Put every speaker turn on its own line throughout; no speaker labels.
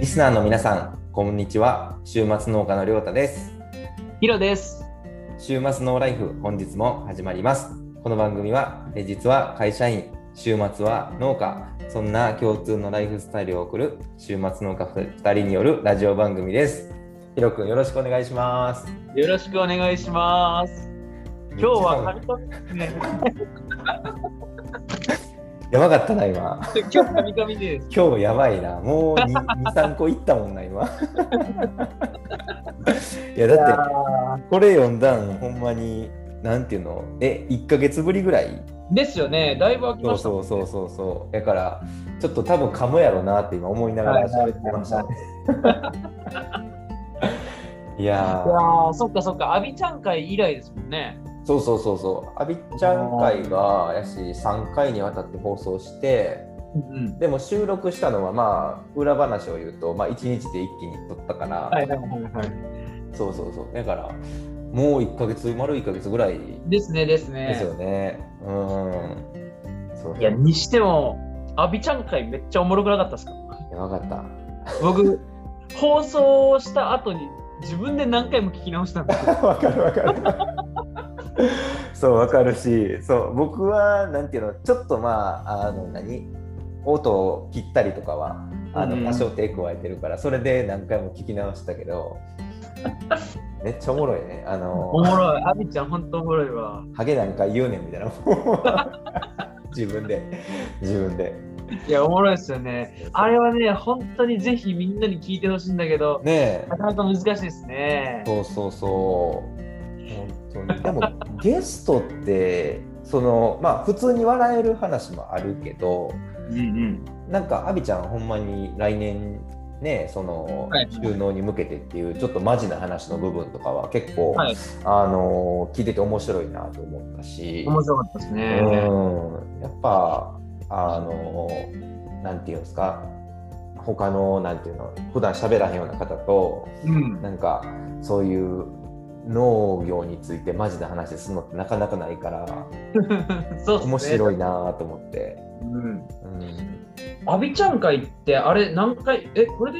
リスナーの皆さん、こんにちは。週末農家のりょうたです。
ヒロです。
週末農ライフ、本日も始まります。この番組は、平日は会社員、週末は農家、そんな共通のライフスタイルを送る週末農家2人によるラジオ番組です。ひろくん、よろしくお願いします。
よろしくお願いします。今日は
めっ
カ
ち
ルトです ね。
ゃやばかったな、今。
今日カミカミです。
今日やばいな。もう2、3個い ったもんな、今。 いや、だって、これ読んだんほんまになんていうのえ1ヶ月ぶりぐらい
ですよね。だいぶ空き
そ
ま
う
した
そ
もん
う
ね。
そうそうそうだからちょっと多分噛むやろなって今思いながら喋ってました ねいや
いや
ー
ーそっかそっか。アビちゃん会以来ですもんね。
そうそうそうそうアビちゃん会がやし3回にわたって放送して
うん。
でも収録したのはまあ裏話を言うと、まあ、1日で一気に撮ったから、
はいはいはいはい。
そうそうそうだからもう1ヶ月丸1ヶ月ぐらい
ですねです
ですよ
ね。
ねうんそう
いや、にしても、アビちゃん会めっちゃおもろくなかったですか
やばかった。
僕、放送した後に自分で何回も聞き直したんですよ。
わかるわかる。そうわかるし、そう僕はなんていうの、ちょっとまああの何音を切ったりとかはあ
うん
の多少手加えてるから、それで何回も聞き直したけ ど、めっちゃおもろいね。あ
お
の
もろい。アビちゃん、ほんとおもろいわ。
ハゲなんか 言うねんみたいな。自分で自分で
いや、おもろいですよね。あれはね、本当にぜひみんなに聞いてほしいんだけど、
ねえ
なかなか難しいですね。
そうそうそう。本当に。でもゲストってそのまあ普通に笑える話もあるけど、
うんうん。
なんかアビちゃんほんまに来年ねその
はい
収納に向けてっていうちょっとマジな話の部分とかは結構、
はい
あの聞いてて面白いなと思ったし。
面白かったですね。
うんやっぱあのなんていうんですか他のなんていうの普段喋らへんような方と
うん。
なんかそういう農業についてマジな話するのってなかなかないから
そうですね。
面白
い。
いなと思って、
うん。
うん、
アビちゃん会って、あれ、何回、え、これで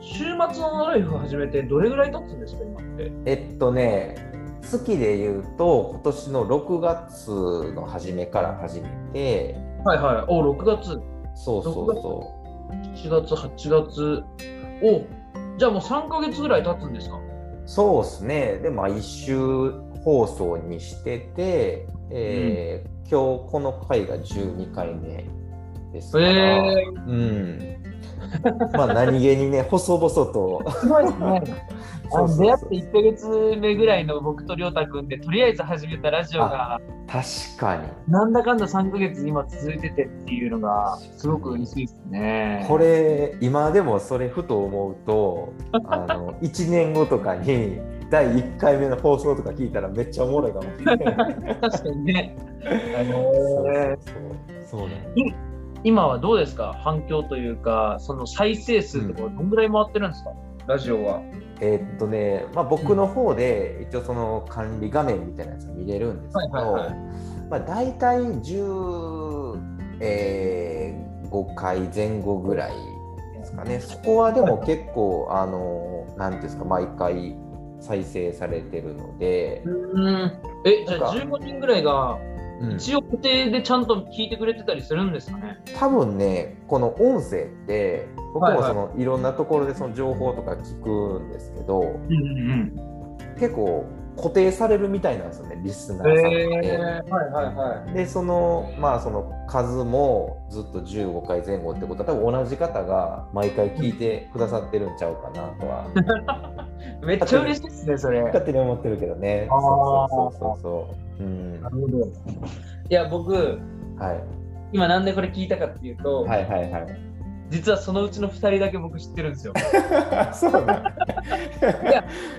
週末のライフ始めて、どれぐらい経つんですか、今って。
えっとね月で言うと今年の6月の初めから始めて
はいはい。お、6月、
そうそうそ
7月、8月。お、じゃあもう3ヶ月ぐらい経つんですか。
うそうっすねで毎週放送にしてて、えー今日この回が12回目ですから、
え
うんまあ何気にね細々 と
ー、すごいですね。 あ
そう
の
そうそう
出会って1ヶ月目ぐらいの僕と亮太君でとりあえず始めたラジオが
確かに
なんだかんだ3ヶ月今続いててっていうのがすごく嬉しいですね。
これ今でもそれふと思うとあの1年後とかに第1回目の放送とか聞いたらめっちゃおもろいかもしれない。
確かに ね。あ
そう
のー
そうそうそうね
今はどうですか反響というかその再生数とかどんぐらい回ってるんですか、ラジオは。
えーっとね、まあ、僕の方で一応その管理画面みたいなやつ見れるんですけど、
はいはいはい
まあ、大体15、えー5回前後ぐらいですかねそこはでも結構あのなんていうんですか毎回再生されてるので、
うんえじゃあ
なん
15人ぐらいが
うん
一応固定でちゃんと聞いてくれてたりするんですかね、
多分ねこの音声って僕
はい
も
はい
その、いろんなところでその情報とか聞くんですけど
うんうん
結構固定されるみたいなんですよねリスナー
え
さんって。
ー、はいはいはい。
でそのまあその数もずっと15回前後ってことは多分同じ方が毎回聞いてくださってるんちゃうかなと は
めっちゃ嬉しいですね、それ。
勝手に思ってるけどね
あー
そうそうそうそうそううん、は
るほど。いや、僕、
い、
今なんでこれ聞いたかっていうと、
はいはいはい
実はそのうちの2人だけ僕知ってるんですよ。
そうなん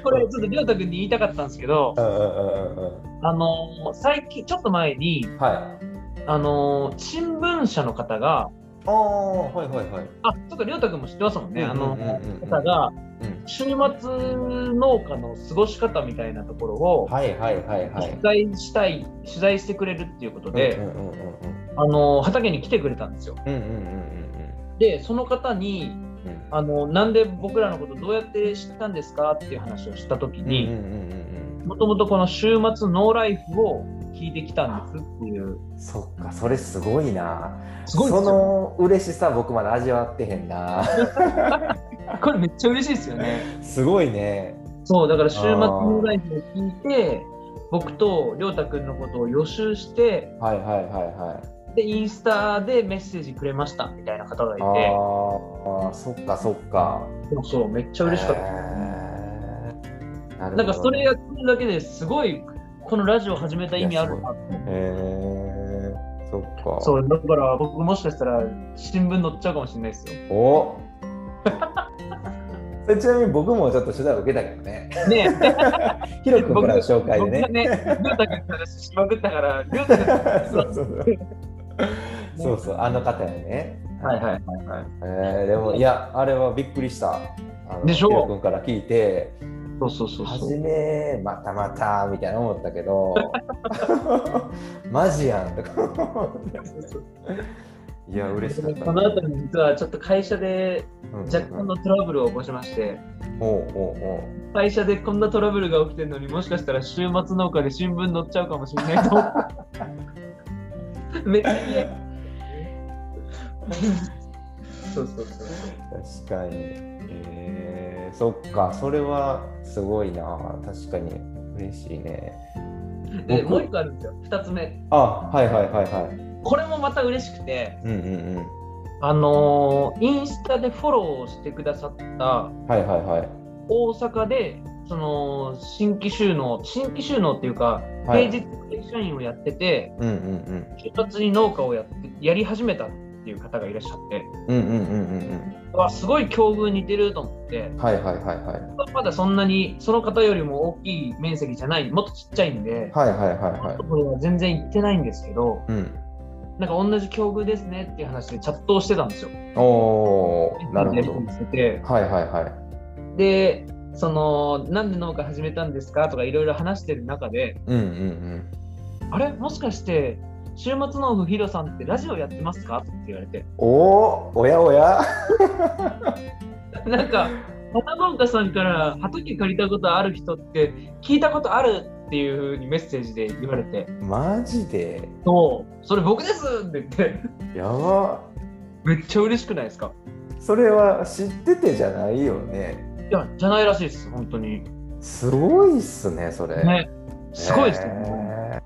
これ、ちょっとりょうたくんに言いたかったんですけど
う、んうんうんうんうん
あのー最近、ちょっと前に、
はい
あのー新聞社の方が、
ああはいはいはい
あ、ちょっとりょうたくんも知ってますもんね、あ
うんうん
の
うんうん
方が、
うん
週末農家の過ごし方みたいなところを、
はいはいはいは
取
い
材したい、取材してくれるっていうことで、
うんうんうんうん
あのー畑に来てくれたんですよ。
うんうんうんうんうん
でその方に
うん
あのなんで僕らのことどうやって知ったんですかっていう話をした時
うん
に
うんうん
もともとこの「週末ノーライフ」を聞いてきたんですっていう
うんそっかそれすごいな
すごいで
そ
すよ
の嬉しさ僕まだ味わってへんな
これめっちゃ嬉しい ですよね
すごいね
そうだから「週末ノーライフ」を聞いて僕と亮太くんのことを予習して
はいはいはいはい
でインスタでメッセージくれましたみたいな方がい
あ
て
ーあーそっかそっか
そうそうめっちゃ嬉しかった
へーなるほどね
なんかそれやってるだけですごいこのラジオ始めた意味あるなって
へえそっか
そうだから僕もしかしたら新聞載っちゃうかもしれないですよ。
お それちなみに僕もちょっと取材を受けたけどね
ねえ、
ヒロ君からの紹介
僕
でね
がね、りょうたくんからしまくったから、りょうたくん。
そうそうそう。そうそう、あの方やね。
はいはいはいはい。
えーでも、いや、あれはびっくりした。あの
でしょ
ヒロ君から聞いて、
そうそうそう
は
そ
じ
う。
め、またまたみたいな思ったけど。マジやんとか思って。いや、嬉しかった。
この後に実はちょっと会社で
うん
若干のトラブルを起こしまして、
おうおうおう
会社でこんなトラブルが起きてるのにもしかしたら週末農家で新聞載っちゃうかもしれない と思って。めっちゃ嫌。そうそうそう。
確かに。えー、そっか、それはすごいな。確かに嬉しいね。
で
僕
もう一個あるんですよ、二つ目。
あ、はいはいはいはい。
これもまた嬉しくて、
うんうんうん。
あのーインスタでフォローしてくださった
はいはいはい。
大阪でその新規収納新規収納っていうか、
はい
平日会社員をやってて
うんうん
週末に農家をやってやり始めたっていう方がいらっしゃって
うん。うんうんうんうん
わすごい境遇似てると思って
うん。はいはいはいはい。
まだそんなにその方よりも大きい面積じゃないもっとちっちゃいんで。
はいはいはいはい。
これは全然行ってないんですけど、
うん。
なんか同じ境遇ですねっていう話でチャットをしてたんですよ。
おー、なる
や
ほど
り取りしてて。
はいはいはい。
でそのなんで農家始めたんですかとかいろいろ話してる中で
うんうんうん。
あれもしかして週末農夫ヒロさんってラジオやってますかって言われて
おー、おやおや。
なんか畑農家さんから畑借りたことある人って聞いたことあるっていう風にメッセージで言われて
マジで。
そうそれ僕ですって言って
やば。
めっちゃ嬉しくないですか
それは知っててじゃないよね。
いやじゃないらしいです本当に
すごいっすね、それ。
ねすごいですね、
ね。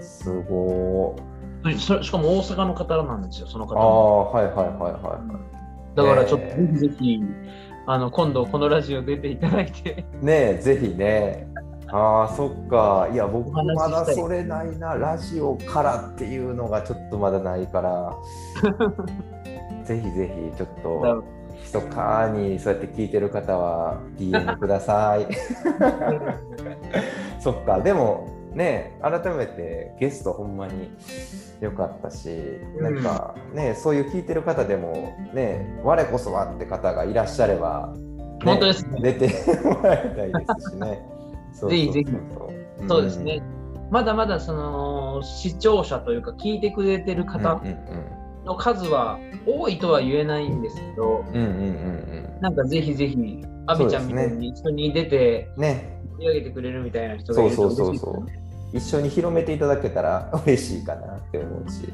すごー。
そしかも大阪の方なんですよその方
ああ、はいはいはいは
だからちょっとぜひぜひ、あの今度このラジオ出ていただいて
い。ねえ、ぜひね。ああ、そっか。いや、僕
お話し
まだ
したい
それないな。ラジオからっていうのがちょっとまだない から。ぜひぜひ、ちょっと、密かにそうやって聞いてる方は、DM ください。そっか、でもね、改めてゲストほんまに良かったし、
うん
なんかね、そういう聞いてる方でも、ね、我こそはって方がいらっしゃれば、ね
本当ですね
出てもらいたいですし ね。そうそうそう
ぜひぜひ
ん
そうですね、まだまだその視聴者というか聞いてくれてる
うん
方の数は多いとは言えないんですけど、
うんうんうんうん
なんかぜひぜひ阿部ちゃんみたい
そう
に一緒に出て
うんね
盛り上げてくれるみたいな人がいると嬉しいですよね
一緒に広めていただけたら嬉しいかなって思う し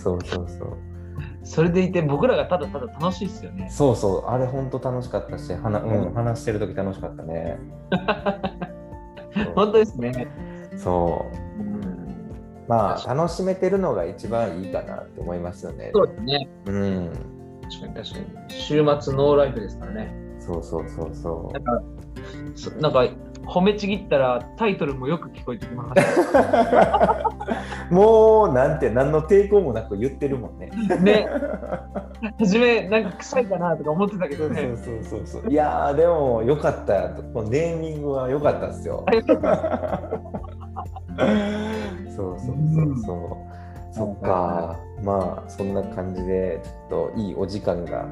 そうそうそう
それでいて僕らがただただ楽しいですよね
そうそうあれほんと楽しかったし話,、う、
うんん
話してる時楽しかったね
本当ですね、
そう
うん、
まあ楽しめてるのが一番いいかなって思いますよね
そうですね
うん
確かに確かに週末ノーライフですからね
そうそうそうそ
なんか、そなんか褒めちぎったらタイトルもよく聞こえてきます。
うもうなんて何の抵抗もなく言ってるもんね
ね、初め、なんか臭いかなとか思ってたけ
そ
ど
う
ね。
そうそうそうそう。いやーでも良かった。このネーミングは良かったですよ。そうそうそうそう。そっか。まあそんな感じでちょっといいお時間が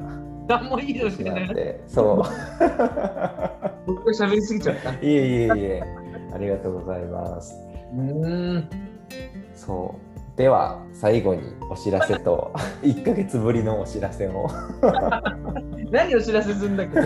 何もいいで
来
す
てなっ
ね。
て。そう。
僕が喋りすぎちゃった。う
いえいえいえ。ありがとうございます。
ーん。
そでは最後にお知らせと1ヶ月ぶりのお知らせを
何を知らせすんだっけ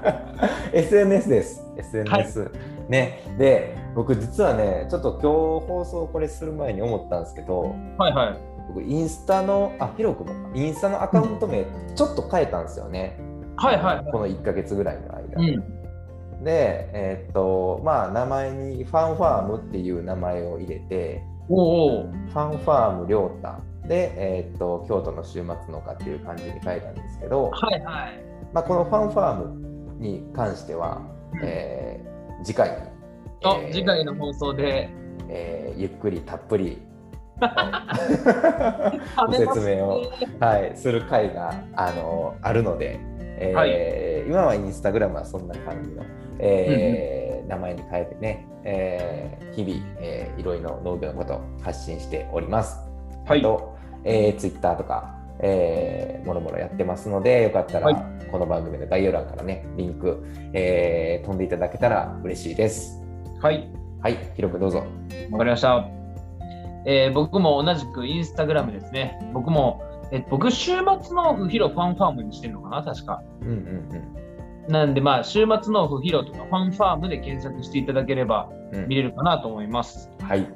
SNS です。SNS、ねで僕実はねちょっと今日放送これする前に思ったんですけど
はいはい。
僕インスタのあヒロ君もかインスタのアカウント名ちょっと変えたんですよね、
はいはい。
この1ヶ月ぐらいの間。
うん。
でえーっとまあ名前にファンファームっていう名前を入れて
おうおう。
ファンファーム亮太で、えーっと京都の週末の家っていう感じに書いたんですけど、
はいはい。
まあ、このファンファームに関しては、
うん
えー次回に、
と、
えー
次回の放送で。
えーゆっくりたっぷ り
ご
ご説明を。はい、する回が、あのあるので、えー
は
今はインスタグラムはそんな感じの、えー名前に変えてね、えー日々、えーいろいろ農業のことを発信しております。
はい。
と、えー、Twitter とか、えー、もろもろやってますので、よかったら、
はい
この番組の概要欄からね、リンク、えー飛んでいただけたら嬉しいです。
はい。
はい、ひろくんどうぞ。
わかりました。えー僕も同じくインスタグラムですね。僕も、えっと僕、週末のフヒロファンファームにしてるのかな、確か。
うんうん
なんで、まあ、週末のフヒロとかファンファームで検索していただければ
うん。うん
見れるかなと思います。
はい、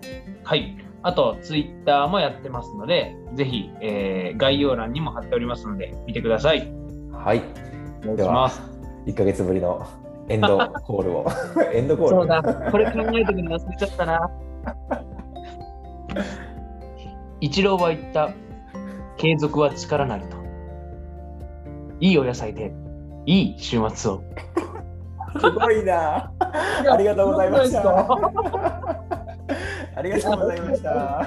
はい。あと、ツイッターもやってますので、ぜひ、えー概要欄にも貼っておりますので、見てください。
はい、
お願いします。
1ヶ月ぶりのエン ドコールを。 エンドコール
そうだ、これ考えてくの忘れちゃったな。一郎は言った、継続は力なりと。いいお野菜で、いい週末を。
すごいな。ありがとうございました。ありがとうございました。